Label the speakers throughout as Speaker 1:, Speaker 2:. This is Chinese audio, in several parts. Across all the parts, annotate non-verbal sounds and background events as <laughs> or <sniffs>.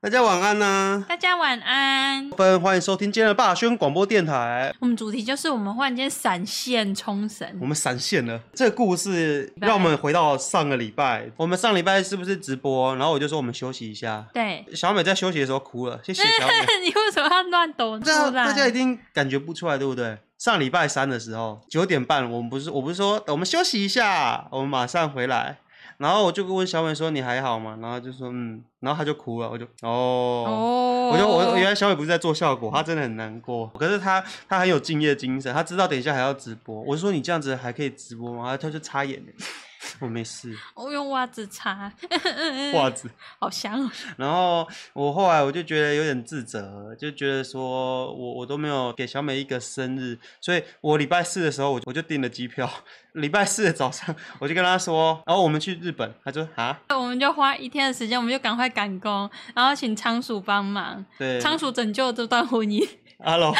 Speaker 1: 大家晚安呐、
Speaker 2: 大家晚安。
Speaker 1: 分欢迎收听今天的霸轩广播电台。
Speaker 2: 我们主题就是我们忽然间闪现冲绳
Speaker 1: 我，们闪现了，这个故事让我们回到上个礼拜。我们上礼拜是不是直播？然后我就说我们休息一下。
Speaker 2: 对，
Speaker 1: 小美在休息的时候哭了，谢谢小
Speaker 2: <laughs>
Speaker 1: 美。
Speaker 2: 你为什么要乱抖出
Speaker 1: 这样大
Speaker 2: 来？
Speaker 1: 家一定感觉不出来，对不对？上礼拜三的时候，九点半，我们不是我不是说我们休息一下，我们马上回来。然后我就问小美说：“你还好吗？”然后她就说：“嗯。”然后她就哭了，我就哦。
Speaker 2: 哦
Speaker 1: 我就我原来小美不是在做效果，她真的很难过。可是她她很有敬业精神，她知道等一下还要直播。我就说你这样子还可以直播吗？她她就擦眼泪， <laughs> 我没事，
Speaker 2: 我哦用袜子擦，嗯
Speaker 1: <laughs> 袜子。
Speaker 2: 好香哦。
Speaker 1: 然后我后来我就觉得有点自责，就觉得说我我都没有给小美一个生日，所以我礼拜四的时候我就我就订了机票， <laughs> 礼拜四的早上我就跟她说，然后我们去日本，她就啊，
Speaker 2: 我们就花一天的时间，我们就赶快赶工，然后请仓鼠帮忙，
Speaker 1: 对，
Speaker 2: 仓鼠拯救这段婚姻。 <laughs>
Speaker 1: ，Hello，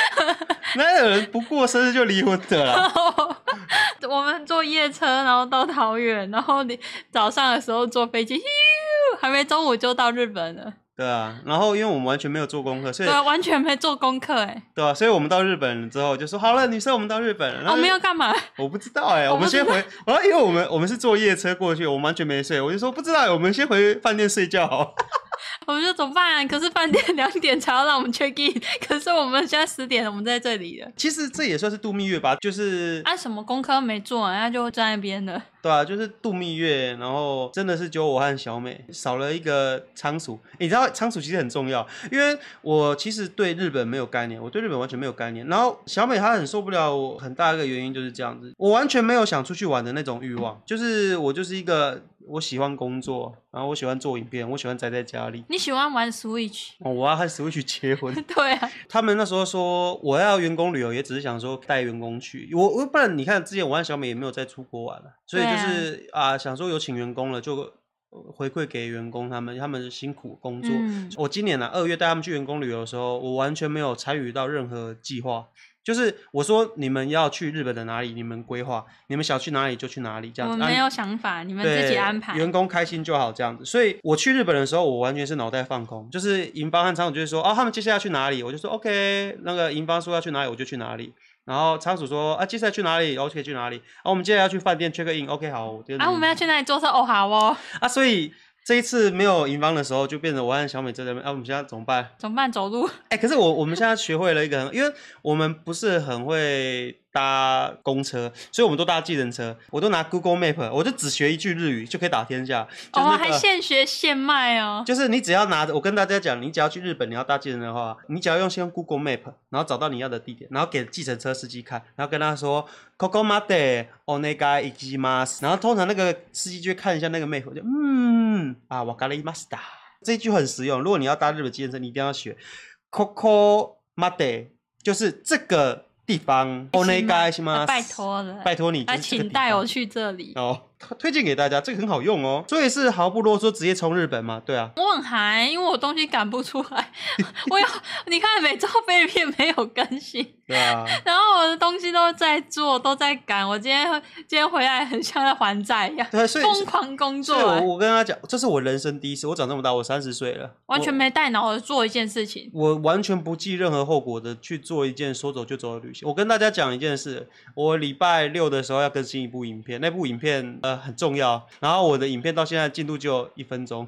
Speaker 1: 哪有人不过生日就离婚的啦？ <laughs>
Speaker 2: 我们坐夜车，然后到桃园，然后你早上的时候坐飞机，咻还没中午就到日本了，
Speaker 1: 对啊，然后因为我们完全没有做功课，所
Speaker 2: 对
Speaker 1: 以
Speaker 2: 啊，完全没做功课哎，
Speaker 1: 对啊，所以我们到日本了之后就说好了，女生我们到日本了，然
Speaker 2: 我
Speaker 1: 后就
Speaker 2: 们要哦干嘛？
Speaker 1: 我不知道哎、
Speaker 2: 我
Speaker 1: 我
Speaker 2: 不
Speaker 1: 们
Speaker 2: 知
Speaker 1: 先回，然后因为我们我们是坐夜车过去，我们完全没睡，我就说不知道欸，我们先回饭店睡觉好了。
Speaker 2: 我们就怎么办？啊可是饭店两点才要让我们 check in，可 <laughs> 是我们现在十点了，我们在这里了。
Speaker 1: 其实这也算是度蜜月吧，就是、
Speaker 2: 啊，什么功课没做完，他就在那边了。
Speaker 1: 对啊，就是度蜜月，然后真的是只有我和小美少了一个仓鼠。诶你知道仓鼠其实很重要，因为我其实对日本没有概念，我对日本完全没有概念。然后小美她很受不了我，很大一个原因就是这样子，我完全没有想出去玩的那种欲望，就是我就是一个我喜欢工作，然后我喜欢做影片，我喜欢宅在家里。
Speaker 2: 你喜欢玩 Switch？ <laughs>
Speaker 1: 哦我要和 Switch 结婚，
Speaker 2: 对啊，
Speaker 1: 他们那时候说我要员工旅游，也只是想说带员工去。我我不然你看之前我和小美也没有再出国玩了，所以
Speaker 2: 对
Speaker 1: 就
Speaker 2: 啊
Speaker 1: 是啊、想说有请员工了就。回馈给员工他们，他们辛苦工作。
Speaker 2: 嗯
Speaker 1: 我今年啊二月带他们去员工旅游的时候，我完全没有参与到任何计划。就是我说你们要去日本的哪里，你们规划，你们想去哪里就去哪里，这
Speaker 2: 我
Speaker 1: 样
Speaker 2: 们
Speaker 1: 子。啊
Speaker 2: 哦没有想法，你们
Speaker 1: 对，
Speaker 2: 自己安排。
Speaker 1: 员工开心就好这样子。所以我去日本的时候，我完全是脑袋放空，就是银方和仓鼠就会说，哦，他们接下来要去哪里，我就说 OK，那个银方说要去哪里，我就去哪里。然后仓鼠说啊，接下来去哪里？OK，去哪里？啊，我们接下来要去饭店 check in。OK，好，我就
Speaker 2: 啊，我们要去那里做事哦，好哦，
Speaker 1: 啊，所以这一次没有银方的时候，就变成我和小美在那边。啊，我们现在怎么办？
Speaker 2: 怎么办？走路？
Speaker 1: 哎、可是我我们现在学会了一个很，因为我们不是很会搭公车，所以我们都搭计程车。我都拿 Google Map，我就只学一句日语就可以打天下。就是
Speaker 2: 哦，
Speaker 1: 那
Speaker 2: 还
Speaker 1: 个
Speaker 2: 现学现卖 <laughs> 哦。
Speaker 1: 就是你只要拿着，我跟大家讲，你只要去日本，你要搭计程的话，你只要用先用 Google Map，然后找到你要的地点，然后给计程车司机看，然后跟他说 “Coco mate onegai i k i m a s 然后通常那个司机就会看一下那个 map，就嗯啊わかりました。这一句很实用，如果你要搭日本计程车，你一定要学 “Coco mate”，就是这个地方 onegai i k i m a s
Speaker 2: 啊拜，托了，
Speaker 1: 拜托你，
Speaker 2: 啊，
Speaker 1: 就是这个
Speaker 2: 请
Speaker 1: 地方
Speaker 2: 带我去这里。
Speaker 1: 哦，推荐给大家，这个很好用哦，所以是毫不啰嗦，直接冲日本嘛，对啊。
Speaker 2: 我很寒，因为我东西赶不出来， <laughs> 我有你看每周菲律宾没有更新，
Speaker 1: 对啊，
Speaker 2: <laughs> 然后我的东西都在做，都在赶。我今天今天回来很像在还债一样，
Speaker 1: <laughs> 对，啊所以
Speaker 2: 疯狂工
Speaker 1: 所
Speaker 2: 作
Speaker 1: 以
Speaker 2: 欸、
Speaker 1: 我我跟他讲，这是我人生第一次，我长这么大，我三十岁了，
Speaker 2: 完全没带脑的做一件
Speaker 1: <laughs>
Speaker 2: 事情。
Speaker 1: 我，我完全不计任何后果的去做一件说走就走的旅行。我跟大家讲一件事，我礼拜六的时候要更新一部影片，那部影片呃很重要，然后我的影片到现在进度就有一分钟，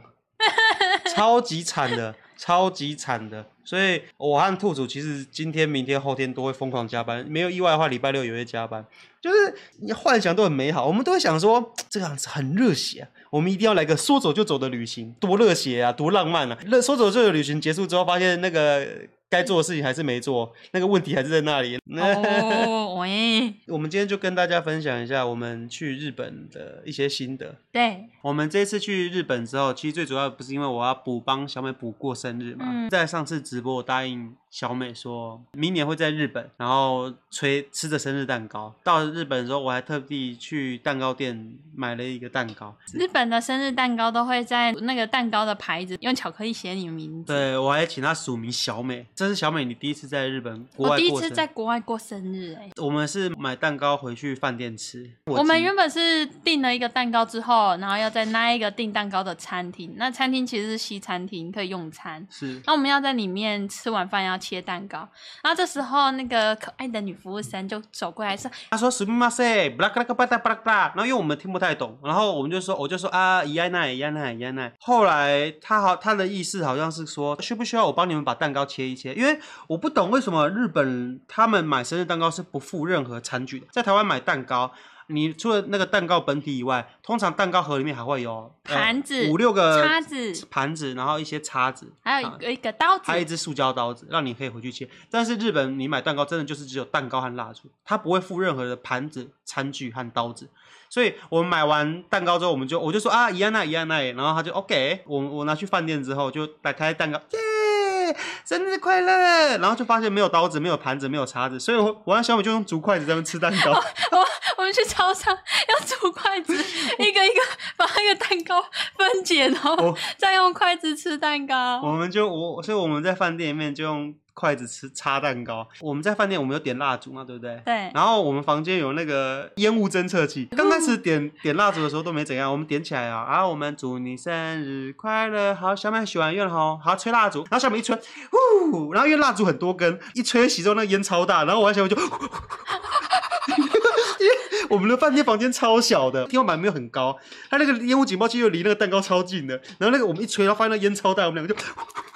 Speaker 1: 超级惨的，超级惨的。所以我和兔主其实今天、明天、后天都会疯狂加班，没有意外的话，礼拜六也会加班。就是你幻想都很美好，我们都会想说这样子很热血、啊，我们一定要来个说走就走的旅行，多热血啊，多浪漫啊！那说走就走的旅行结束之后，发现那个该做的事情还是没做，那个问题还是在那里。
Speaker 2: 哦，喂，
Speaker 1: 我们今天就跟大家分享一下我们去日本的一些心得。
Speaker 2: 对，
Speaker 1: 我们这次去日本之后，其实最主要不是因为我要补帮小美补过生日嘛，
Speaker 2: 嗯
Speaker 1: 在上次直播我答应小美说，明年会在日本，然后吹吃着生日蛋糕。到了日本的时候，我还特地去蛋糕店买了一个蛋糕，
Speaker 2: 日本的生日蛋糕都会在那个蛋糕的牌子用巧克力写你的名字。
Speaker 1: 对我还请她署名小美，这是小美你第一次在日本国
Speaker 2: 我
Speaker 1: 外
Speaker 2: 哦第一
Speaker 1: 过
Speaker 2: 次
Speaker 1: 生日，
Speaker 2: 在国外过生日哎、
Speaker 1: 我们是买蛋糕回去饭店吃。
Speaker 2: 我们
Speaker 1: 记
Speaker 2: 原本是订了一个蛋糕之后，然后要在那一个订蛋糕的餐厅，那餐厅其实是西餐厅，可以用餐。
Speaker 1: 是
Speaker 2: 那我们要在里面吃完饭要切蛋糕，然后这时候那个可爱的女服务生就走过来说
Speaker 1: 他说什么塞，布拉克拉克巴达布拉克拉，然后因为我们听不太懂，然后我们就说，我就说啊，伊安奈伊安奈伊安奈。后来他好，他的意思好像是说，需不需要我帮你们把蛋糕切一切？因为我不懂为什么日本他们买生日蛋糕是不附任何餐具的，在台湾买蛋糕。你除了那个蛋糕本体以外，通常蛋糕盒里面还会有呃
Speaker 2: 盘子
Speaker 1: 五六呃啊个
Speaker 2: 叉子
Speaker 1: 盘子，然后一些叉子，
Speaker 2: 还有一个一个刀子
Speaker 1: 还，有一支塑胶刀子，让你可以回去切。但是日本你买蛋糕真的就是只有蛋糕和蜡烛，它不会附任何的盘子、餐具和刀子。所以我们买完蛋糕之后，我们就我就说啊，一样那一样那，然后他就 OK 我。我拿去饭店之后就打开蛋糕，耶，生日快乐！然后就发现没有刀子、没有盘子、没有叉子，所以我我让小美就用竹筷子在那边吃蛋糕。
Speaker 2: 我们去超商要煮筷子，一个一个把那个蛋糕分解，然后
Speaker 1: 我
Speaker 2: 再用筷子吃蛋糕。
Speaker 1: 我们就我，所以我们在饭店里面就用筷子吃插蛋糕。我们在饭店我们有点蜡烛嘛，对不对？
Speaker 2: 对，
Speaker 1: 然后我们房间有那个烟雾侦测器，刚开始点点蜡烛的时候都没怎样，我们点起来啊，然后我们祝你生日快乐，好，小美许完愿了吼，好吹蜡烛，然后小美一吹，呼，然后因为蜡烛很多根，一吹熄之后那烟超大，然后我和小美就，呼呼呼 <laughs> 呼因为我们的饭店房间超小的，天花板没有很高，它那个烟雾警报器又离那个蛋糕超近的，然后那个我们一吹，然后发现那烟超大，我们两个就。呼呼呼呼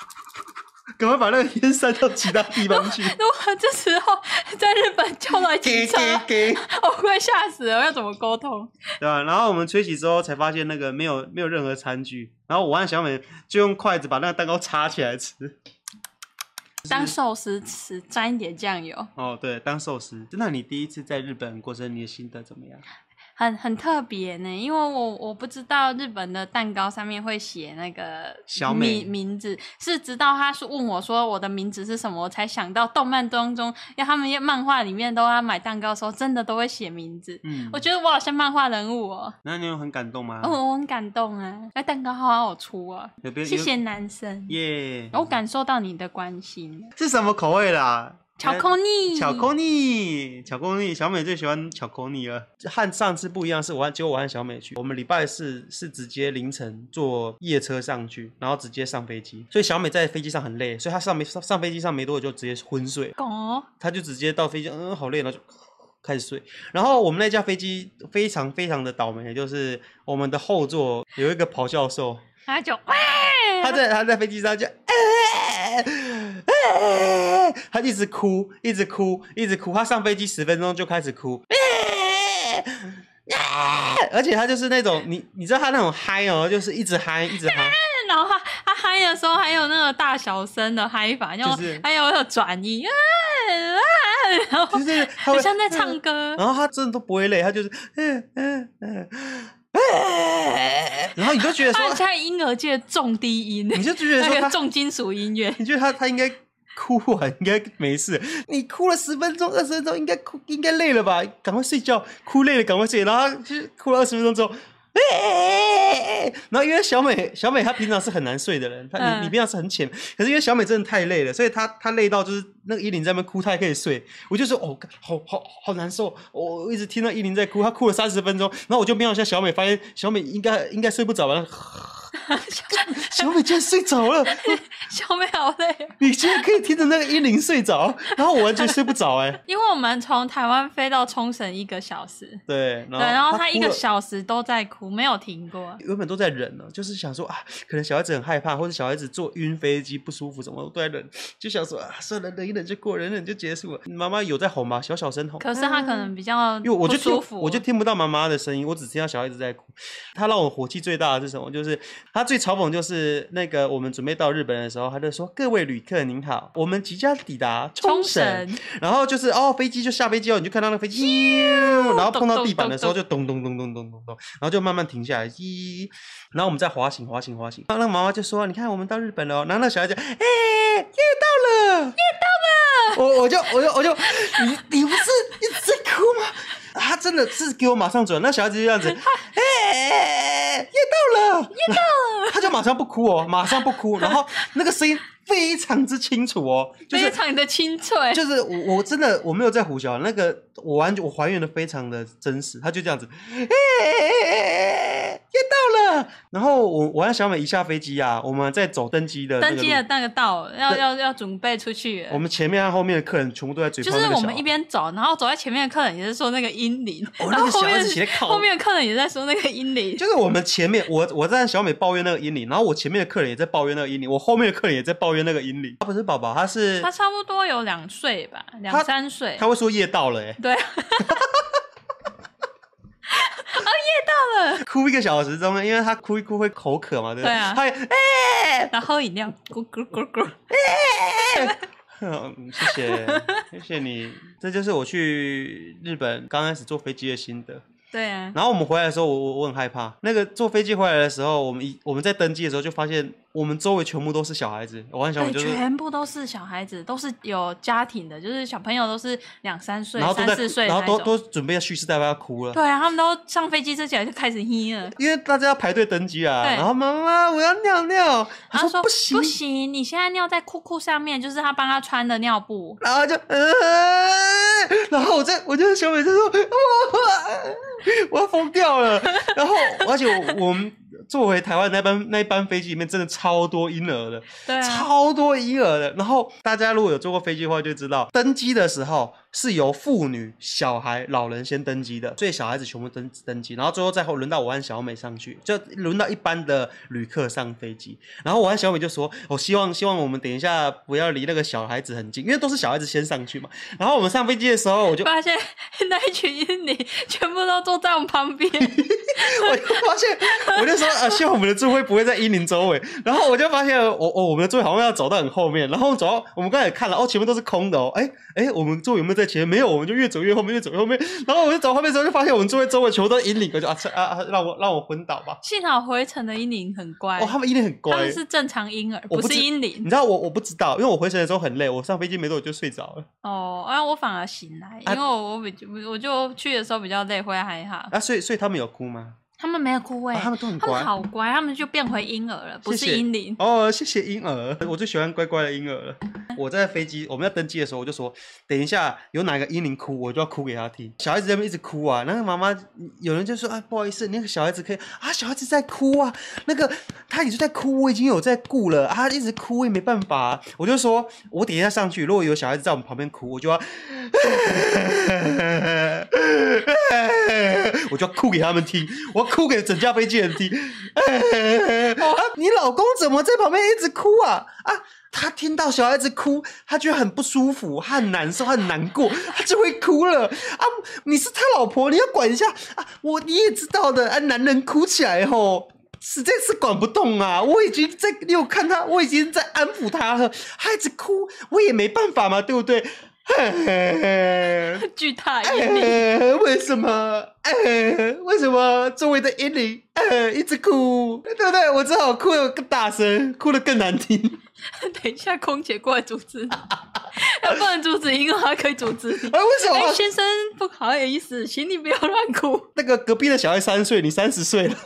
Speaker 1: 赶快把那个烟散到其他地方去。
Speaker 2: 如果这时候在日本
Speaker 1: <laughs>
Speaker 2: 叫来警察，
Speaker 1: 给，
Speaker 2: 我快吓死了，我要怎么沟通？
Speaker 1: 对吧、然后我们吹起之后才发现那个没有没有任何餐具，然后我和小美就用筷子把那个蛋糕插起来吃。
Speaker 2: 当寿司吃，沾一点酱油，
Speaker 1: 哦，对，当寿司。那你第一次在日本过生日，你的心得怎么样？
Speaker 2: 很很特别呢。因为我我不知道日本的蛋糕上面会写那个
Speaker 1: 小美
Speaker 2: 名名字，是直到他说问我说我的名字是什么，我才想到动漫当中，要他们漫画里面都要买蛋糕的时候，真的都会写名字。
Speaker 1: 嗯
Speaker 2: 我，觉得我好像漫画人物哦，
Speaker 1: 那你有很感动吗？
Speaker 2: 哦，，我很感动啊！那蛋糕好好出啊，
Speaker 1: 有别
Speaker 2: 谢哦谢男生，
Speaker 1: 耶
Speaker 2: 我感受到你的关心。
Speaker 1: 是什么口味啦？
Speaker 2: 巧克力，
Speaker 1: 哎巧克力，巧克力，小美最喜欢巧克力了。和上次不一样，是我和结果我和小美去，我们礼拜四是直接凌晨坐夜车上去，然后直接上飞机，所以小美在飞机上很累，所以她上没上上飞机上没多久就直接昏睡，
Speaker 2: 狗，
Speaker 1: 她就直接到飞机上，嗯，好累，然后就。 <sniffs> 开始睡，然后我们那架飞机非常非常的倒霉，就是我们的后座有一个咆哮兽，
Speaker 2: 他就喂， <laughs>
Speaker 1: 他在他在飞机上就，呃哎哎他一直哭，一直哭，一直哭。他上飞机十分钟就开始哭，呃而且他就是那种你你知道他那种嗨哦，就是一直嗨，一直
Speaker 2: <laughs>
Speaker 1: 嗨。
Speaker 2: 然后他他嗨的时候还有那个大小声的嗨法，然后
Speaker 1: 就是
Speaker 2: 还有那个转音，啊啊，然后
Speaker 1: 就是他会嗯
Speaker 2: 很像在唱歌。
Speaker 1: 然后他真的都不会累，他就是嗯嗯嗯，呃然后你就觉得
Speaker 2: 他很
Speaker 1: 说，
Speaker 2: 像婴儿界的重低音，
Speaker 1: 你就觉得
Speaker 2: 那
Speaker 1: 说
Speaker 2: 个
Speaker 1: 他
Speaker 2: 重金属音乐。 <laughs>
Speaker 1: 你觉得他他应该哭完应该没事？你哭了十分钟、二十分钟，应该哭应该累了吧？赶快睡觉，哭累了赶快睡。然后他就是哭了二十分钟之后，哎然后因为小美小美她平常是很难睡的人，她
Speaker 2: 嗯
Speaker 1: 你你平常是很浅，可是因为小美真的太累了，所以她她累到就是那个依琳在那边哭，她也可以睡。我就说哦，干好好好难受，我我一直听到依琳在哭，她哭了三十分钟，然后我就瞄了一下小美，发现小美应该应该睡不着吧。 <laughs> 小美竟然睡着了，
Speaker 2: 小美好累哦，
Speaker 1: 你竟然可以听着那
Speaker 2: <laughs>
Speaker 1: 个音铃睡着，然后我完全睡不着哎、
Speaker 2: 因为我们从台湾飞到冲绳一个小时，
Speaker 1: 对，
Speaker 2: 对，
Speaker 1: 然后
Speaker 2: 然后
Speaker 1: 他
Speaker 2: 他一
Speaker 1: 哭
Speaker 2: 个
Speaker 1: 了嗯
Speaker 2: 小时都在哭，没有停过。
Speaker 1: 原本都在忍呢，就是想说啊，可能小孩子很害怕，或者小孩子坐晕飞机不舒服什么，我都在忍，就想说啊，算了，忍一忍就过，忍忍就结束了。妈妈有在吼吗？小小声吼。
Speaker 2: 可是他可能比较
Speaker 1: 因为我就
Speaker 2: 不舒
Speaker 1: 听
Speaker 2: 服，
Speaker 1: 我就听不到妈妈的声音，我只听到小孩子在哭。他让我火气最大的是什么？就是他最嘲讽，就是那个我们准备到日本的时候，他就说：“各位旅客您好，我们即将抵达
Speaker 2: 冲
Speaker 1: 冲绳。”然后就是哦，飞机就下飞机哦，你就看到那个飞机，然后碰到地板的时候就咚咚咚咚咚咚咚，然后就慢慢停下来，咦，然后我们再滑行滑行滑行，然后那个妈妈就说：“你看，我们到日本了哦。”然后那小孩就哎，夜到了，夜到了，我我就我就我就你你不是一直在哭吗？他真的是给我马上转，那小孩子就这样子，哎，夜到了，夜到了，他就马上不哭哦，马上不哭，然后那个声音非非常之清楚哦，就是
Speaker 2: 非常的清脆，
Speaker 1: 就是我我真的我没有在胡笑，那个我完我还原的非常的真实，他就这样子，哎、要到了。然后我我和小美一下飞机啊，我们在走登机的那个
Speaker 2: 登
Speaker 1: 路
Speaker 2: 机的那个道要
Speaker 1: 对
Speaker 2: 要要准备出去了
Speaker 1: 我。们前面和后面的客人全部都在嘴
Speaker 2: 就
Speaker 1: 炮
Speaker 2: 是
Speaker 1: 那个
Speaker 2: 我
Speaker 1: 小
Speaker 2: 们
Speaker 1: 孩
Speaker 2: 一边走，然后走在前面的客人也是说那个阴灵，
Speaker 1: 哦那
Speaker 2: 然后
Speaker 1: 个小
Speaker 2: 后
Speaker 1: 孩
Speaker 2: 面
Speaker 1: 子写的靠
Speaker 2: 后面的客人也在说那个阴灵，
Speaker 1: 就是我们前面，我我在和小美抱怨那个阴灵，然后我前面的客人也在抱怨那个阴灵，我后面的客人也在抱怨那个阴灵。他不是宝宝，他是
Speaker 2: 他差不多有两岁吧，两三岁
Speaker 1: 他，会说夜到了、欸， <laughs>
Speaker 2: 对啊，
Speaker 1: 哭一个小时中间，因为他哭一哭会口渴嘛，对不
Speaker 2: 对啊
Speaker 1: 他会哎、
Speaker 2: 然后喝饮料，咕咕咕咕，
Speaker 1: <laughs> 嗯谢谢，谢谢你，这就是我去日本刚开始坐飞机的心得。
Speaker 2: 对啊，
Speaker 1: 然后我们回来的时候，我我我很害怕。那个坐飞机回来的时候，我们一我们在登机的时候就发现，我们周围全部都是小孩子，我和小美
Speaker 2: 对，
Speaker 1: 就是。
Speaker 2: 全部都是小孩子，都是有家庭的，就是小朋友都是两三岁
Speaker 1: 然、后都
Speaker 2: 三
Speaker 1: 在
Speaker 2: 四
Speaker 1: 哭，
Speaker 2: 岁
Speaker 1: 然
Speaker 2: 的
Speaker 1: 后都
Speaker 2: 那种
Speaker 1: 都准备要蓄势待发要哭了。
Speaker 2: 对啊，他们都上飞机之前就开始嘿了。
Speaker 1: 因为大家要排队登机啊，
Speaker 2: 对
Speaker 1: 然后妈妈我要尿尿，
Speaker 2: 然
Speaker 1: 他
Speaker 2: 后
Speaker 1: 说不行，
Speaker 2: 啊不行，你现在尿在裤裤上面，就是他帮他穿的尿布。
Speaker 1: 然后就呃，然后我在我就小美就说我我要疯掉了，然后而且我我们坐回台湾那班那一班飞机里面真的超多婴儿的，
Speaker 2: 对啊，
Speaker 1: 超多婴儿的。然后大家如果有坐过飞机的话，就知道登机的时候是由妇女、小孩、老人先登机的，所以小孩子全部登登机，然后最后再后轮到我和小美上去，就轮到一般的旅客上飞机。然后我和小美就说：“我、希望希望我们等一下不要离那个小孩子很近，因为都是小孩子先上去嘛。”然后我们上飞机的时候，我就
Speaker 2: 发现 <laughs> 那一群印尼全部都坐在我们旁
Speaker 1: <laughs>
Speaker 2: 边，
Speaker 1: 我就发现，我就说啊，希望我们的座位不会在一零周围。然后我就发现，我哦，我们的座位好像要走到很后面。然后走到我们刚才也看了，哦，前面都是空的哦。哎哎，我们座位有没有在前面？没有，我们就越走越后面，越走越后面。然后我就走后面的时候，就发现我们座位周围全部都是引领，我就啊这啊啊，让我让我昏倒吧。
Speaker 2: 幸好回程的英灵很乖，
Speaker 1: 哦，他们引领很
Speaker 2: 哎他
Speaker 1: 乖
Speaker 2: 们。是正常婴儿，
Speaker 1: 我
Speaker 2: 不
Speaker 1: 不
Speaker 2: 是
Speaker 1: 知嗯
Speaker 2: 英
Speaker 1: 你
Speaker 2: 灵。
Speaker 1: 知道我我不知道，因为我回程的时候很累，我上飞机没多久就睡着了。
Speaker 2: 哦，然后我反而醒来，因
Speaker 1: 啊
Speaker 2: 为我我比我就去的时候比较累，回来还好。
Speaker 1: 啊，所以所以他们有哭吗？
Speaker 2: 他们没有哭哎、
Speaker 1: 啊他们都很
Speaker 2: 他
Speaker 1: 乖
Speaker 2: 们好乖，他们就变回婴儿了，不
Speaker 1: 谢谢
Speaker 2: 是婴灵。
Speaker 1: 哦，谢谢婴儿，我最喜欢乖乖的婴儿了。我在飞机我们要登机的时候，我就说，等一下有哪个婴灵哭，我就要哭给他听。小孩子在那边一直哭啊，那个妈妈有人就说，哎，不好意思，那个小孩子可以啊，小孩子在哭啊，那个他也是在哭，我已经有在顾了啊，一直哭我也没办法啊、我就说，我等一下上去，如果有小孩子在我们旁边哭，我就要，我就要哭给他们听，我要哭给整架飞机人听。啊，你老公怎么在旁边一直哭啊？啊，他听到小孩子哭，他觉得很不舒服，他很难受，他很难过，他就会哭了。啊，你是他老婆，你要管一下啊！我你也知道的，啊，男人哭起来吼。实在是管不动啊！我已经在，你有看他，我已经在安抚他了，他一直哭，我也没办法嘛，对不对？ <laughs> 嘿嘿嘿
Speaker 2: 巨大英
Speaker 1: <laughs>
Speaker 2: 灵，
Speaker 1: 哎，为什么？哎，为什么周围的英灵哎一直哭，对不对？我只好哭得更大声，哭得更难听。
Speaker 2: 等一下空姐过来阻止你，要不能阻止婴儿，她可以阻
Speaker 1: <laughs>
Speaker 2: 止你。
Speaker 1: 哎，为什
Speaker 2: 哎，
Speaker 1: 么？
Speaker 2: 先生不好意思，请你不要乱哭， <laughs>
Speaker 1: 那个隔壁的小孩三岁，你三十岁了，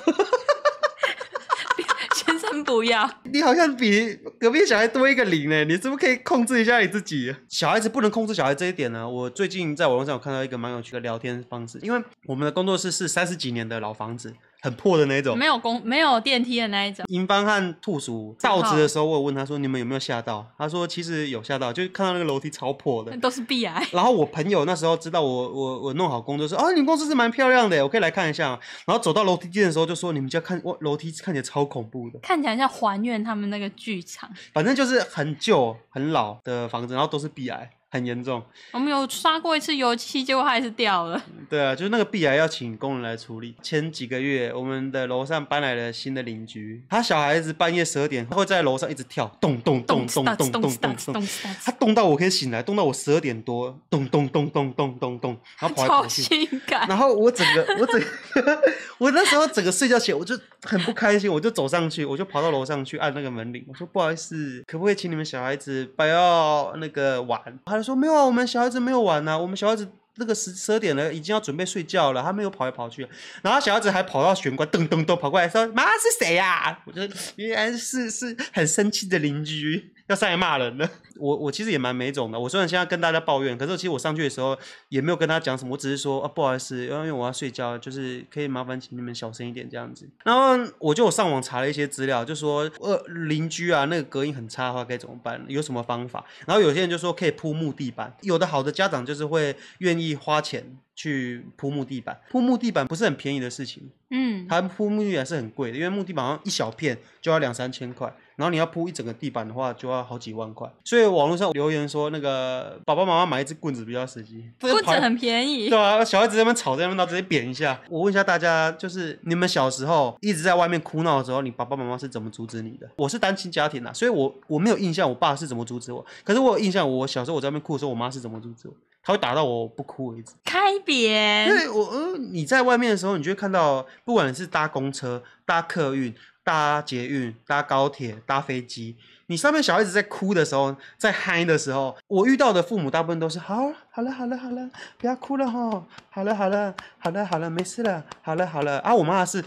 Speaker 2: 先生不要。
Speaker 1: 你好像比隔壁的小孩多一个零呢。你是不是可以控制一下你自己？小孩子不能控制小孩这一点呢、我最近在网络上有看到一个蛮有趣的聊天方式，因为我们的工作室是三十几年的老房子，很破的那种。
Speaker 2: 没有公没有电梯的那一种，
Speaker 1: 银帆和兔鼠到职的时候，我有问他说：“你们有没有吓到？”他说：“其实有吓到，就是看到那个楼梯超破的。
Speaker 2: <laughs> 都是必然。”
Speaker 1: 然后我朋友那时候知道我我我弄好工作说：“哦，你们公司是蛮漂亮的，我可以来看一下。”然后走到楼梯间的时候就说：“你们家看哇，楼梯看起来超恐怖的，
Speaker 2: 看起来像还原他们那个剧场。
Speaker 1: 反正就是很旧很老的房子，然后都是壁癌，很严重。
Speaker 2: 我们有刷过一次油漆，结果它还是掉了。
Speaker 1: 对啊，就是那个壁癌要请工人来处理。前几个月我们的楼上搬来了新的邻居，他小孩子半夜十二点会在楼上一直跳，咚咚咚咚咚咚咚咚咚。”
Speaker 2: 咚，
Speaker 1: 他冻到我可以醒来，冻到我十二点多，咚咚咚咚咚咚咚，然后跑来
Speaker 2: 超
Speaker 1: 跑去，
Speaker 2: 性感。
Speaker 1: 然后我整个 <laughs> 我整个我那时候整个睡觉起来我就很不开心，我就走上去，我就跑到楼上去按那个门铃，我说不好意思，可不可以请你们小孩子不要那个玩？他就说没有啊，我们小孩子没有玩啊，我们小孩子。那个十十二点了，已经要准备睡觉了，他没有跑来跑去，然后小孩子还跑到玄关，噔噔噔跑过来说：“妈是谁呀、啊？”我就原来是是很生气的邻居。要上来骂人了。我我其实也蛮没种的，我虽然现在跟大家抱怨，可是其实我上去的时候也没有跟他讲什么，我只是说啊不好意思，因为我要睡觉，就是可以麻烦请你们小声一点这样子。然后我就有上网查了一些资料，就说呃邻居啊那个隔音很差的话该怎么办，有什么方法？然后有些人就说可以铺木地板，有的好的家长就是会愿意花钱去铺木地板，铺木地板不是很便宜的事情。
Speaker 2: 嗯，
Speaker 1: 它铺木地板是很贵的，因为木地板好像一小片就要两三千块，然后你要铺一整个地板的话就要好几万块。所以网络上留言说，那个爸爸妈妈买一支棍子比较实际，
Speaker 2: 棍子
Speaker 1: 跑
Speaker 2: 很便宜
Speaker 1: 对。啊，小孩子在那边吵，在那边闹，直接扁一下。我问一下大家，就是你们小时候一直在外面哭闹的时候，你爸爸妈妈是怎么阻止你的？我是单亲家庭啊，所以我我没有印象我爸是怎么阻止我，可是我有印象我小时候我在外面哭的时候，我妈是怎么阻止我，她会打到我不哭为止。
Speaker 2: 开扁
Speaker 1: 因，为我呃，你在外面的时候，你就会看到，不管是搭公车、搭客运、搭捷运、搭高铁、搭飞机，你上面小孩子在哭的时候，在嗨的时候，我遇到的父母大部分都是好，好了，好了，好了，不要哭了吼，好了，好了，好了，好了，没事了，好了，好了啊，我妈是。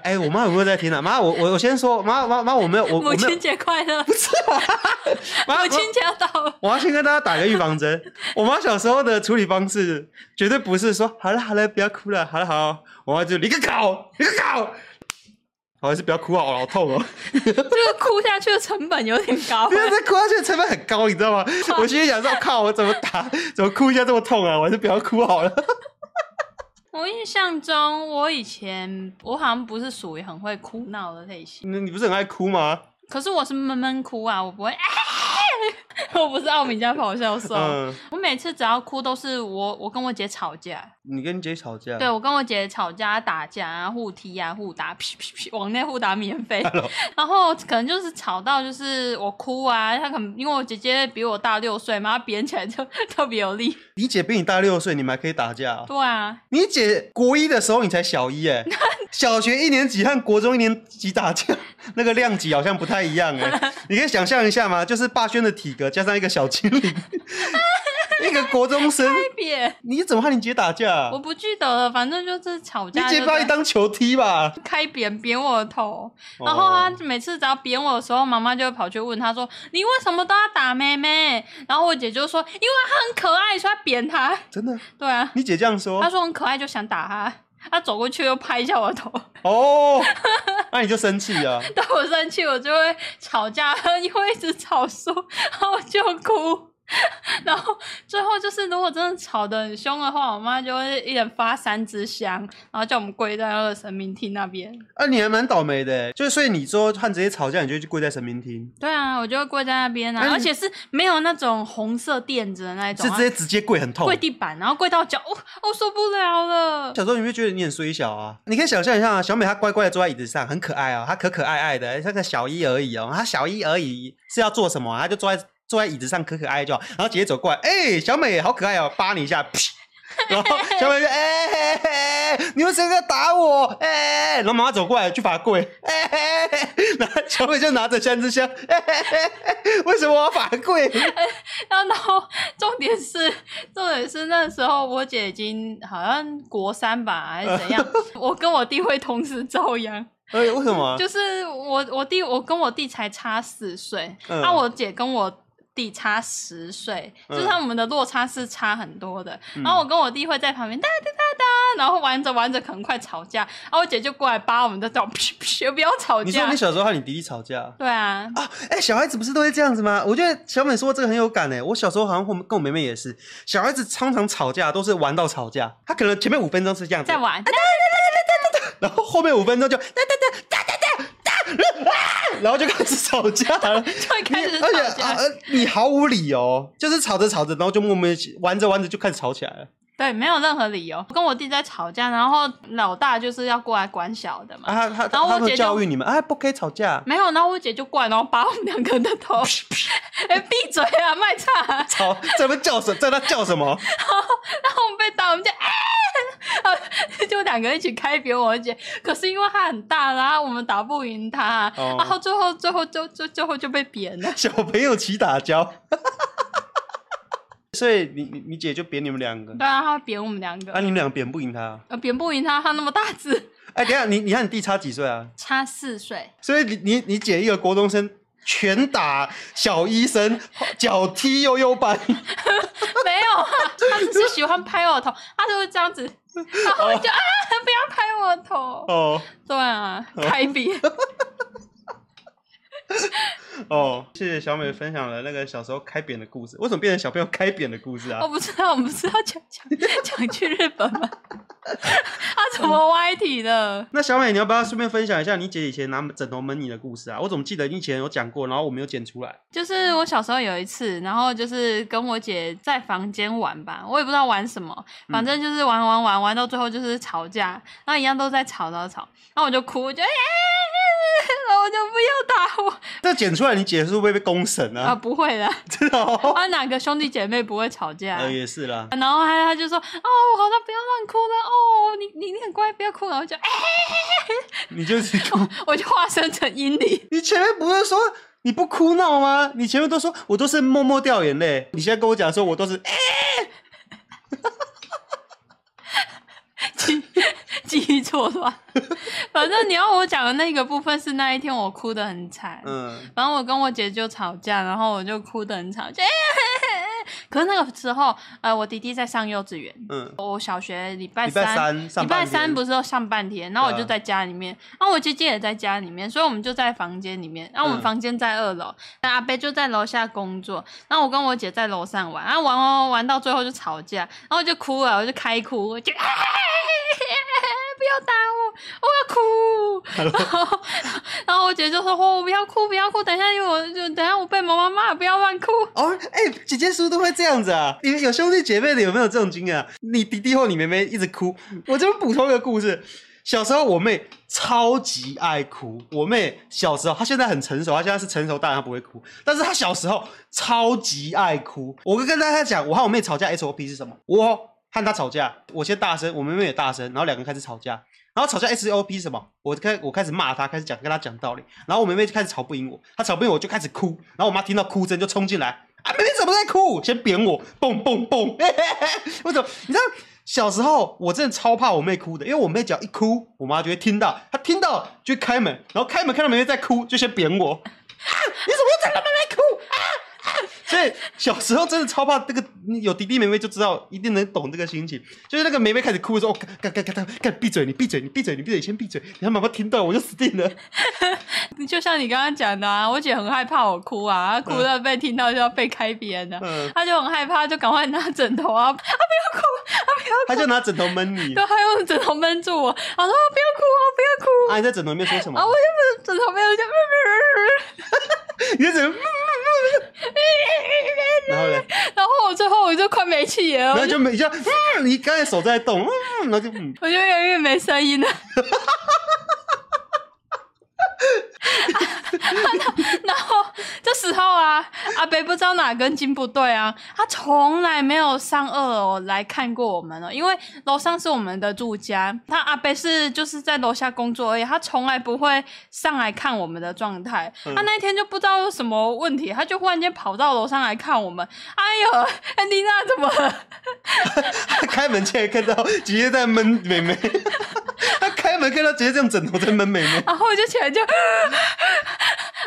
Speaker 1: 哎、我妈有没有在听啊？妈，我我我先说，妈妈妈，我没有，我我
Speaker 2: 母
Speaker 1: 没有啊
Speaker 2: 亲，节
Speaker 1: <laughs>
Speaker 2: 快乐！ <laughs>
Speaker 1: 妈
Speaker 2: 母亲节要到了，
Speaker 1: 我要先跟大家打个预防针。我妈小时候的处理方式，绝对不是说“好了好了，不要哭了，好了好”，我妈就“你个搞，你个搞”，好还是不要哭好了，好痛哦！ <laughs>
Speaker 2: 这个哭下去的成本有点高欸
Speaker 1: 不。要再哭下去，成本很高，你知道吗？我心里想说，靠，我怎么打，怎么哭一下这么痛啊？我还是不要哭好了。 <laughs>
Speaker 2: 我印象中，我以前我好像不是属于很会哭闹的类型，
Speaker 1: 你你不是很爱哭吗？
Speaker 2: 可是我是闷闷哭啊，我不会。 <laughs> 我不是奥米加咆哮兽，
Speaker 1: 嗯，
Speaker 2: 我每次只要哭都是我我跟我姐吵架，
Speaker 1: 你跟姐吵架，
Speaker 2: 对，我啊跟我姐吵架、打架啊、互踢啊、互打，噼噼噼，往内互打免
Speaker 1: <laughs>
Speaker 2: 费。
Speaker 1: 哦
Speaker 2: 然后可能就是吵到就是我哭啊，她可能因为我姐姐比我大六岁嘛，她扁起来就 <laughs> 特别有力。
Speaker 1: 你姐比你大六岁，你们还可以打架啊、
Speaker 2: 对啊，
Speaker 1: 你姐国一的时候你才小一
Speaker 2: <laughs>
Speaker 1: 哎、小学一年级和国中一年级打架，那个量级好像不太一样
Speaker 2: <laughs>
Speaker 1: 哎、你可以想象一下吗？就是霸轩的体格加上一个小精
Speaker 2: <laughs>
Speaker 1: 灵，一个国中生，
Speaker 2: 扁，
Speaker 1: 你怎么和你姐打架、
Speaker 2: 我不记得了，反正就是吵
Speaker 1: 你
Speaker 2: 架
Speaker 1: 姐
Speaker 2: 就
Speaker 1: 把你
Speaker 2: 在
Speaker 1: 当哦球踢吧？
Speaker 2: 开扁扁我的头，然后她每次只要扁我的时候，妈妈就会跑去问她说：“你为什么都要打妹妹？”然后我姐就说：“因为她很可爱，所以她扁她。 <laughs>
Speaker 1: 真的，”
Speaker 2: 对啊，
Speaker 1: 你姐这样说
Speaker 2: 她说很可爱就想打她，她走过去又拍一下我的头。
Speaker 1: 哦，那你就生气啊？
Speaker 2: 当我生气，我就会吵架， <laughs> 因为一直吵输，然后我就哭。然后最后就是，如果真的吵得很凶的话，我妈就会一人发三支香，然后叫我们跪在那个神明厅那边。
Speaker 1: 啊，你还蛮倒霉的、欸，就是所以你说和姐姐吵架，你就去跪在神明厅，
Speaker 2: 对啊，我就会跪在那边
Speaker 1: 哎
Speaker 2: 啊，
Speaker 1: 你
Speaker 2: 而且是没有那种红色垫子的那一种
Speaker 1: 是
Speaker 2: 啊，
Speaker 1: 直接直接跪，很痛
Speaker 2: 跪。地板，然后跪到脚，我、哦、我、受不了了。
Speaker 1: 小时候你会觉得你很衰小啊？你可以想象一下啊，小美她乖乖的坐在椅子上，很可爱哦，她可可爱爱的，她个小一而已哦，她小一而已是要做什么啊、她就坐在坐在椅子上可可爱爱就好。然后姐姐走过来，哎、小美好可爱哦，扒你一下，噗然后小美就哎、嘿嘿嘿你为什么要打我？哎、然后妈妈走过来去罚跪，哎、嘿嘿嘿然后小美就拿着三支香，哎、嘿嘿嘿为什么我要罚跪？
Speaker 2: 然后，然后重点是， <laughs> 重点是那时候我姐已经好像国三吧，还是
Speaker 1: <laughs>
Speaker 2: 怎样，我跟我弟会同时遭殃。
Speaker 1: 哎、为什么啊？
Speaker 2: 就是我我弟，我跟我弟才差四岁，
Speaker 1: 嗯
Speaker 2: 啊，我姐跟我。弟差十岁，就是
Speaker 1: 嗯
Speaker 2: 他们的落差是差很多的。然后我跟我弟会在旁边哒哒哒哒，然后玩着玩着可能快吵架，然后我姐就过来扒我们的头，噗噗， <laughs> 不要吵
Speaker 1: 你说
Speaker 2: 架
Speaker 1: 你。小时候和你弟弟吵架、
Speaker 2: 对啊，
Speaker 1: 啊，哎、小孩子不是都会这样子吗？我觉得小美说这个很有感哎、我小时候好像跟跟我妹妹也是，小孩子常常吵架都是玩到吵架，他可能前面五分钟是这样子
Speaker 2: 在，玩，
Speaker 1: 然后后面五分钟就哒哒哒哒哒哒哒，啊然后就开始吵架
Speaker 2: <laughs>
Speaker 1: 了。
Speaker 2: 就会开始
Speaker 1: 而且
Speaker 2: 吵
Speaker 1: 啊
Speaker 2: 架。
Speaker 1: 呃，你毫无理由，就是吵着吵着，然后就莫名其玩着玩着就开始吵起来了。
Speaker 2: 对，没有任何理由。我跟我弟在吵架，然后老大就是要过来管小的嘛。
Speaker 1: 啊，他他
Speaker 2: 然后
Speaker 1: 他
Speaker 2: 我姐
Speaker 1: 会
Speaker 2: 就
Speaker 1: 教育你们，啊，不可以吵架，
Speaker 2: 没有，然后我姐就过来，然后把我们两个人的
Speaker 1: <laughs>
Speaker 2: 头，哎、闭嘴啊，卖菜啊、
Speaker 1: 吵，这边叫什，在那叫什么？
Speaker 2: 然后我们被打，我们就哎、然后 <laughs> 就两个人一起开扁我姐。可是因为她很大，然后我们打不赢她，啊
Speaker 1: 哦
Speaker 2: 然后最后最后就就最后就被扁了。
Speaker 1: <laughs> 小朋友起打跤。 <laughs> 所以你你你姐就扁你们两个，
Speaker 2: 对啊，她扁我们两个，
Speaker 1: 啊，你们俩扁不赢他、啊。
Speaker 2: 呃，扁不赢她，她那么大只，
Speaker 1: 哎、等一下，你你和你弟差几岁啊？
Speaker 2: 差四岁。
Speaker 1: 所以你你你姐一个国中生拳打小医生，脚踢悠悠班，
Speaker 2: 没有啊，他只是喜欢拍我头，他就会这样子，然后我就、啊，不要拍我头。
Speaker 1: 哦
Speaker 2: 对啊，开笔。
Speaker 1: 哦，谢谢小美分享了那个小时候开扁的故事，为什么变成小朋友开扁的故事啊
Speaker 2: 我？不知道，我们是要讲讲讲去日本吗？他怎么歪题的？
Speaker 1: 那小美，你要不要顺便分享一下你姐以前拿枕头闷你的故事啊？我怎么记得你以前有讲过，然后我没有剪出来。
Speaker 2: 就是我小时候有一次，然后就是跟我姐在房间玩吧，我也不知道玩什么，反正就是玩玩玩玩到最后就是吵架，然后一样都在吵吵吵，然后我就哭，我就哎、哎然后我就不要打
Speaker 1: 但剪出来，你姐是会不会被公审
Speaker 2: 我啊，
Speaker 1: <laughs> 啊？
Speaker 2: 不会的，
Speaker 1: 真的哦，
Speaker 2: 啊哪个兄弟姐妹不会吵架？
Speaker 1: 呃，也是啦。
Speaker 2: 然后他他就说哦，好了，不要乱哭了哦，你你你很乖，不要哭。然后我就哎、 <laughs>
Speaker 1: 你就是哭，
Speaker 2: 我就化身成阴灵，
Speaker 1: 你前面不是说你不哭闹吗？你前面都说我都是默默掉眼泪，你现在跟我讲说我都是，
Speaker 2: 记记忆错乱。反正你要我讲的那个部分是那一天我哭得很惨，
Speaker 1: 嗯，
Speaker 2: 反正我跟我姐就吵架，然后我就哭得很惨，就、哎哎 <laughs> 哎哎可是那个时候，呃，我弟弟在上幼稚园，
Speaker 1: 嗯，
Speaker 2: 我小学礼拜
Speaker 1: 礼拜
Speaker 2: 三。
Speaker 1: 三上
Speaker 2: 礼拜
Speaker 1: 半
Speaker 2: 三
Speaker 1: 天
Speaker 2: 不是要上半天，然后我就
Speaker 1: 对啊
Speaker 2: 在家里面，然后我姐姐也在家里面，所以我们就在房间里面。然后我们
Speaker 1: 嗯
Speaker 2: 房间在二楼，那、阿贝就在楼下工作，然后我跟我姐在楼上玩，然后玩玩玩玩到最后就吵架，然后我就哭了，我就开哭，我就、 <laughs> 哎不要打
Speaker 1: <laughs>
Speaker 2: 我，我要哭。然后，然后我姐就说：“哦，不要哭，不要哭，等一下又我就等一下我被妈妈骂，不要乱哭。
Speaker 1: 哦，哎、姐姐是不是都会这样子啊？你们有兄弟姐妹的有没有这种经验啊？你弟弟或你妹妹一直哭，我这边补充一个故事。小时候我妹超级爱哭，我妹小时候，她现在很成熟，她现在是成熟大人，她不会哭，但是她小时候超级爱哭。我跟跟大家讲，我和我妹吵架 SOP 是什么？我和她吵架，我先大声，我妹妹也大声，然后两个人开始吵架，然后吵架 SOP 是什么？我开我开始骂他，开始讲跟他讲道理，然后我妹妹就开始吵不赢我，她吵不赢我就开始哭，然后我妈听到哭声就冲进来，啊，妹妹怎么在哭？先扁我，蹦蹦蹦， <laughs> 嘿嘿嘿我怎么？你知道小时候我真的超怕我妹哭的，因为我妹只要一哭，我妈就会听到，她听到就会开门，然后开门看到妹妹在哭，就先扁我， <laughs> 啊，你怎么又在让妹妹哭？啊啊！所以小时候真的超怕这个，有弟弟妹妹就知道，一定能懂这个心情。就是那个妹妹开始哭的时候，哦干干干干干，闭嘴！你闭嘴！你闭嘴！你闭嘴！你先闭嘴！你让妈妈听到，我就死定了。
Speaker 2: 就像你刚刚讲的啊，我姐很害怕我哭啊，她哭
Speaker 1: 嗯
Speaker 2: 到被听到就要被开扁的、
Speaker 1: 嗯，
Speaker 2: 他就很害怕，就赶快拿枕头啊，啊不要哭，啊不要
Speaker 1: 她就拿枕头闷你
Speaker 2: 哭，，他用枕头闷住我，他说啊不要哭啊不要哭
Speaker 1: <laughs> 啊，你在枕头里面说什么
Speaker 2: 啊，？我又不是枕头没有就，
Speaker 1: 你
Speaker 2: <laughs>
Speaker 1: 在枕头，然后嘞，
Speaker 2: 然后我最后我就快没气了，
Speaker 1: 然
Speaker 2: 我
Speaker 1: 后
Speaker 2: 就
Speaker 1: 就没像，嗯，你刚才手在动，嗯，然后就嗯，
Speaker 2: 我就越来越没声音了。然后这时候啊，阿北不知道哪根筋不对啊，他从来没有上二楼来看过我们哦，因为楼上是我们的住家，他阿北是就是在楼下工作而已，他从来不会上来看我们的状态。
Speaker 1: 嗯
Speaker 2: 他那一天就不知道有什么问题，他就忽然间跑到楼上来看我们，哎呦，安迪娜怎么了？ <laughs>
Speaker 1: 她开门进来看到姐姐在闷妹妹，她开门看到姐姐这样枕头在闷妹妹。
Speaker 2: 然后我就起来就， <laughs>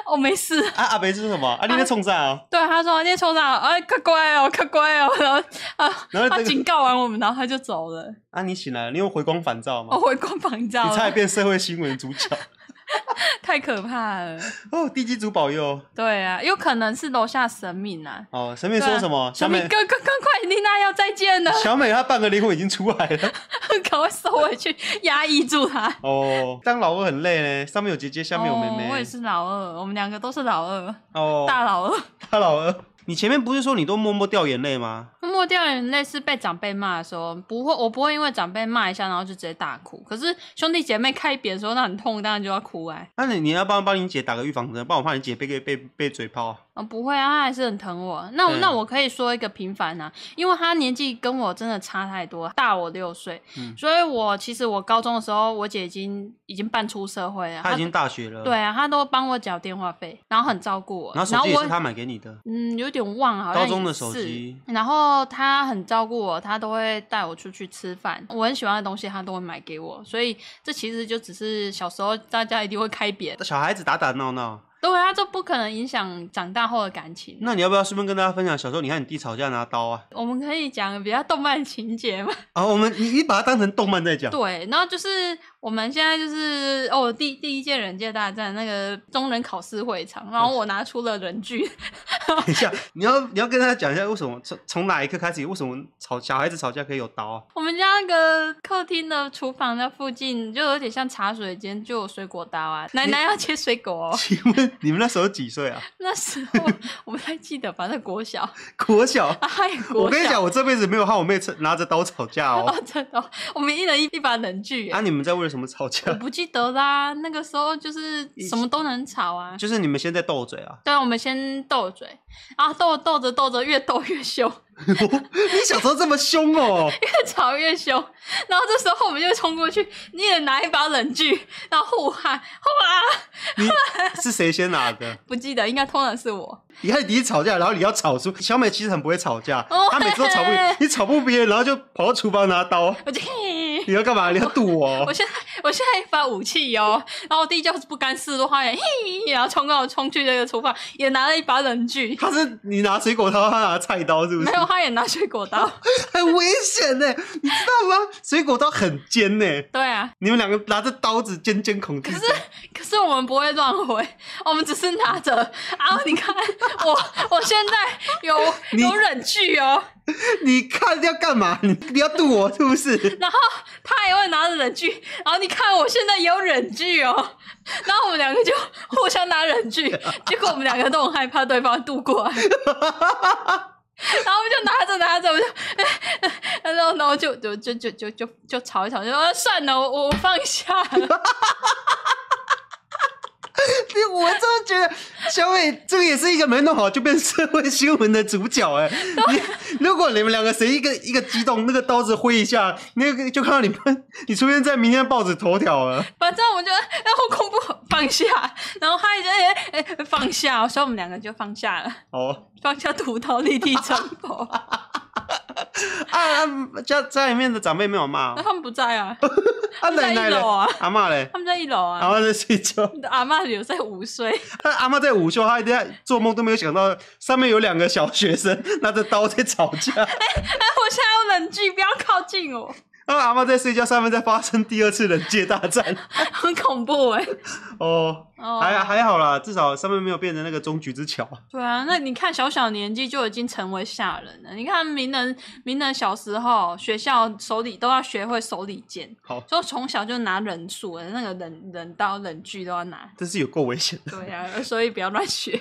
Speaker 2: 我、没事。
Speaker 1: 啊，阿北是什么？啊，你在冲啥啊？
Speaker 2: 对，他说你抽到，哎，快乖哦，快乖哦， <laughs> 然后啊，
Speaker 1: 然后
Speaker 2: 他
Speaker 1: 这个
Speaker 2: 警告完我们，然后他就走
Speaker 1: <laughs>
Speaker 2: 了。哦
Speaker 1: 啊，你醒来了，你有回光返照
Speaker 2: 我
Speaker 1: 吗？
Speaker 2: 回光返照
Speaker 1: 你差
Speaker 2: 了
Speaker 1: 点，变社会新闻主角
Speaker 2: 太可怕了。
Speaker 1: 哦！地基主保佑
Speaker 2: 对啊，有可能是楼下神明啊。
Speaker 1: 哦！神明
Speaker 2: 你
Speaker 1: 说什么？小
Speaker 2: 神明
Speaker 1: 美，
Speaker 2: 哥哥，赶快，丽娜要再见了， <laughs>
Speaker 1: 小美她半个灵魂已经出来了
Speaker 2: 赶快收回去，压抑住他。
Speaker 1: 哦。当老二很累呢，上面有姐姐，下面有妹
Speaker 2: 哦，我也
Speaker 1: 妹
Speaker 2: 是老二，我们两个都是老二，
Speaker 1: 哦。
Speaker 2: 大老二。 <laughs>
Speaker 1: 他老二，你前面不是说你都默默掉眼泪吗？
Speaker 2: 默掉眼泪是被长辈骂的时候，不会，我不会因为长辈骂一下，然后就直接大哭。可是兄弟姐妹开扁的时候，那很痛，当然就要哭哎、
Speaker 1: 那啊你你要帮帮你姐打个预防针，不然我怕你姐被被被被嘴炮啊。
Speaker 2: 啊、不会啊，他还是很疼我。那我、
Speaker 1: 对
Speaker 2: 那我可以说一个平凡啊，因为他年纪跟我真的差太多，大我六岁，
Speaker 1: 嗯
Speaker 2: 所以我其实我高中的时候，我姐已经已经半出社会了，
Speaker 1: 她已经大学了，
Speaker 2: 对，啊，她都帮我缴电话费，然后很照顾我，
Speaker 1: 然后手
Speaker 2: 然后
Speaker 1: 机也
Speaker 2: 我
Speaker 1: 是她买给你的，
Speaker 2: 嗯，有点忘了，好像
Speaker 1: 高中的
Speaker 2: 也是
Speaker 1: 手机。
Speaker 2: 然后他很照顾我，他都会带我出去吃饭，我很喜欢的东西他都会买给我，所以这其实就只是小时候大家一定会开扁，
Speaker 1: 小孩子打打闹闹，
Speaker 2: 对啊，这不可能影响长大后的感情。
Speaker 1: 那你要不要顺便跟大家分享小时候你和你弟吵架拿刀啊？
Speaker 2: 我们可以讲比较动漫情
Speaker 1: <laughs>
Speaker 2: 节嘛？
Speaker 1: 啊，我们你你把它当成动漫在讲，
Speaker 2: 对，然后就是我们现在就是哦，第第一届人界大战那个中人考试会场，然
Speaker 1: 嗯
Speaker 2: 后我拿出了人剧， <laughs>
Speaker 1: <laughs> 等一下你要你要跟大家讲一下为什么从从哪一刻开始，为什么吵小孩子吵架可以有刀啊？ <laughs>
Speaker 2: 我们家那个客厅的厨房的附近，就有点像茶水间，就有水果
Speaker 1: <laughs>
Speaker 2: 刀啊。奶奶要切水果哦， <laughs>
Speaker 1: 请问你们那时候几岁啊？ <laughs>
Speaker 2: 那时候我不太记得，反正国小， <laughs>
Speaker 1: 国小。
Speaker 2: 啊，还有国小。
Speaker 1: 我跟你讲，我这辈子没有和我妹吵拿着刀吵架哦。
Speaker 2: <laughs> 哦，真的哦、我们一人一一把冷具耶。
Speaker 1: 啊，你们在为了什么吵
Speaker 2: 我 <laughs>
Speaker 1: 架？
Speaker 2: 不记得啦，那个时候就是什么都能吵啊。
Speaker 1: 就是你们现在斗嘴啊！ <laughs>
Speaker 2: 对啊，我们先斗嘴，然后斗斗着斗着越斗越凶， <laughs>
Speaker 1: 你小时候这么凶哦，
Speaker 2: 越吵越凶。然后这时候我们就冲过去，一人拿一把冷具，然后互喊互啊，
Speaker 1: 你是谁先拿的？
Speaker 2: 不记得，应该通常是我。
Speaker 1: 你和你弟吵架，然后你要吵输。小美其实很不会吵架，
Speaker 2: <laughs> 哦
Speaker 1: 她每次都吵不
Speaker 2: <laughs> 嘿，
Speaker 1: 你吵不别人，然后就跑到厨房拿刀。
Speaker 2: 我就嘿。 <laughs>
Speaker 1: 你要干嘛？你要堵
Speaker 2: 我
Speaker 1: 我？哦
Speaker 2: 现在我现在一把武器哟、然后我弟就是不甘示弱，他也嘿，然后冲过冲去那个厨房，也拿了一把冷具， <laughs>
Speaker 1: 他是你拿水果刀，他拿菜刀，是不
Speaker 2: 没
Speaker 1: 是？
Speaker 2: 有，他也拿水果刀。
Speaker 1: 很危险呢，你知道吗？水果刀很尖呢，
Speaker 2: 对啊，
Speaker 1: 你们两个拿着刀子尖尖恐惧症。
Speaker 2: 可是我们不会乱回，我们只是拿着。然后你看，我我现在有
Speaker 1: 你
Speaker 2: 有忍具哦，
Speaker 1: 你看要干嘛？你你要堵我是不是？
Speaker 2: 然后他也会拿着忍具，然后你看我现在也有忍具哦，然后我们两个就互相拿忍具，结果我们两个都很害怕对方度过来。然后我们就拿着拿着，我就，然后然后就就就就就就就吵一吵，就说啊算了，我我我放下了。
Speaker 1: 对，我真的觉得小美这个也是一个没弄好就变社会新闻的主角哎、你如果你们两个谁一个一个激动，那个刀子挥一下，那个就看到你们你出现在明天报纸头条了。
Speaker 2: 反正我觉得，然后恐怖放下，然后他也觉得哎哎放下，所以我们两个就放下了，
Speaker 1: 哦，
Speaker 2: 放下屠刀立地成佛。
Speaker 1: 啊，啊家家里面的长辈没有骂哦，
Speaker 2: 那他们不在啊，
Speaker 1: 啊 <laughs> 奶奶嘞，
Speaker 2: 在一楼啊
Speaker 1: 阿嬷嘞，
Speaker 2: 他们在一楼
Speaker 1: 阿
Speaker 2: 啊。
Speaker 1: 嬷在睡觉，
Speaker 2: 阿妈有在午睡，
Speaker 1: 她阿嬷在午休，她一定在做梦都没有想到上面有两个小学生拿着刀在吵 <laughs> 架，
Speaker 2: 哎， <laughs> 我现在有冷具，不要靠近我，
Speaker 1: 然后阿嬷在睡觉，上面在发生第二次人界大战。
Speaker 2: <laughs> 很恐怖哎、
Speaker 1: 哦，
Speaker 2: 哦
Speaker 1: 还还好啦，至少上面没有变成那个终局之桥。
Speaker 2: 对啊，那你看小小年纪就已经成为下人了。你看名人，名人小时候学校手里都要学会手里剑，
Speaker 1: 好，
Speaker 2: 就从小就拿忍术了，那个忍忍刀、忍具都要拿。
Speaker 1: 这是有够危险的。
Speaker 2: 对啊， <laughs> 所以不要乱学，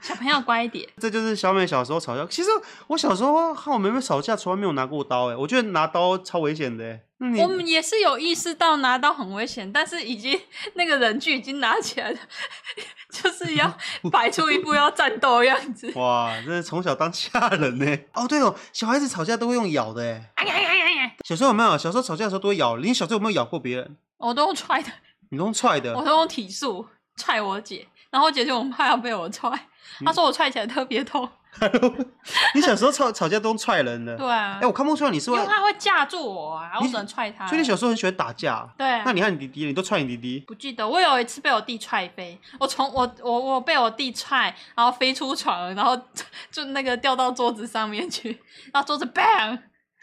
Speaker 2: 小朋友乖一点。
Speaker 1: 这就是小美小时候吵架。其实我小时候和我妹妹吵架，从来没有拿过刀、欸。我觉得拿刀超危险的、欸。那你
Speaker 2: 我们也是有意识到拿刀很危险，但是已经 <laughs> 那个人具已经拿起来了， <laughs> 就是要摆出一副要战斗的样
Speaker 1: <laughs>
Speaker 2: 子。
Speaker 1: 哇，真是从小当下人呢、 <laughs> 哦，对哦，小孩子吵架都会用咬的、欸。
Speaker 2: 哎呀呀呀呀！
Speaker 1: 小时候有没有？小时候吵架的时候都会咬。你小时候有没有咬过别人？
Speaker 2: 我都用踹的，
Speaker 1: 你都用踹
Speaker 2: 我
Speaker 1: 的。
Speaker 2: 都用体术踹我姐，然后我姐就很怕要被我踹，
Speaker 1: 嗯
Speaker 2: 她说我踹起来特
Speaker 1: <laughs>
Speaker 2: 别痛。
Speaker 1: 你小时候吵吵架都用踹人的。
Speaker 2: 对
Speaker 1: 哎、
Speaker 2: 啊，
Speaker 1: 我看不出来你是
Speaker 2: 因
Speaker 1: 会
Speaker 2: 为，她会架住我啊，我
Speaker 1: 你
Speaker 2: 只能踹她。
Speaker 1: 所以你小时候很喜欢打架啊。
Speaker 2: 对啊
Speaker 1: 那，你和你弟弟，你都踹你弟弟。 <laughs>
Speaker 2: 不记得我有一次被我弟踹飞，我从我我我被我弟踹，然后飞出床，然后 <laughs> 就那个掉到桌子上面去，然后桌子 bang。 <laughs>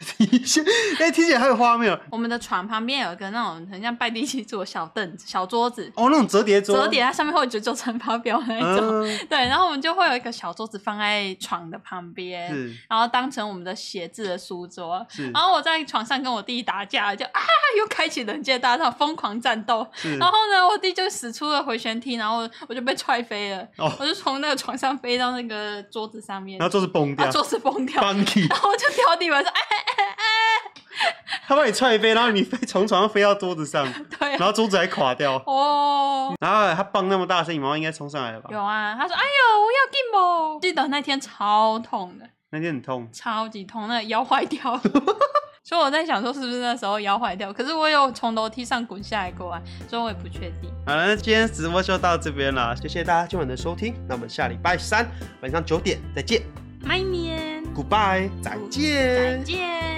Speaker 1: 哎、听起来还有画面哦
Speaker 2: 我们的床旁边有一个那种很像拜地基座的小凳子、小桌子，
Speaker 1: 哦，那种折叠桌。
Speaker 2: 折叠，它上面会有九九乘法表那一种。
Speaker 1: 嗯
Speaker 2: <laughs> 对，然后我们就会有一个小桌子放在床的旁边，
Speaker 1: 是
Speaker 2: 然后当成我们的写字的书桌。
Speaker 1: 是
Speaker 2: 然后我在床上跟我弟打架，就啊，又开启人界大战，疯狂战斗。
Speaker 1: 是，
Speaker 2: 然后呢，我弟就使出了回旋踢，然后我就被踹飞了，
Speaker 1: 哦
Speaker 2: 我就从那个床上飞到那个桌子上面
Speaker 1: 然后，桌子崩
Speaker 2: 然
Speaker 1: 掉
Speaker 2: 后啊桌子崩掉，
Speaker 1: ，funky，
Speaker 2: 然后我就掉地板上，哎，
Speaker 1: 他把你踹飞，然后你飞从床上飞到桌子上，
Speaker 2: 对
Speaker 1: 然
Speaker 2: 啊，
Speaker 1: 后桌子还垮掉，
Speaker 2: 哦，
Speaker 1: 然后他棒那么大声，你妈妈应该冲上来了吧？
Speaker 2: 有啊，他说：“哎呦，我要进某。”记得那天超痛的，
Speaker 1: 那天很痛，
Speaker 2: 超级痛，那个腰坏掉。 <laughs> 所以我在想说，是不是那时候腰坏掉？可是我有从楼梯上滚下来过啊，所以我也不确定。
Speaker 1: 好了，那今天直播就到这边了，谢谢大家今晚的收听，那我们下礼拜三晚上九点再见
Speaker 2: 麦面，
Speaker 1: ，Goodbye，再见，
Speaker 2: 再见。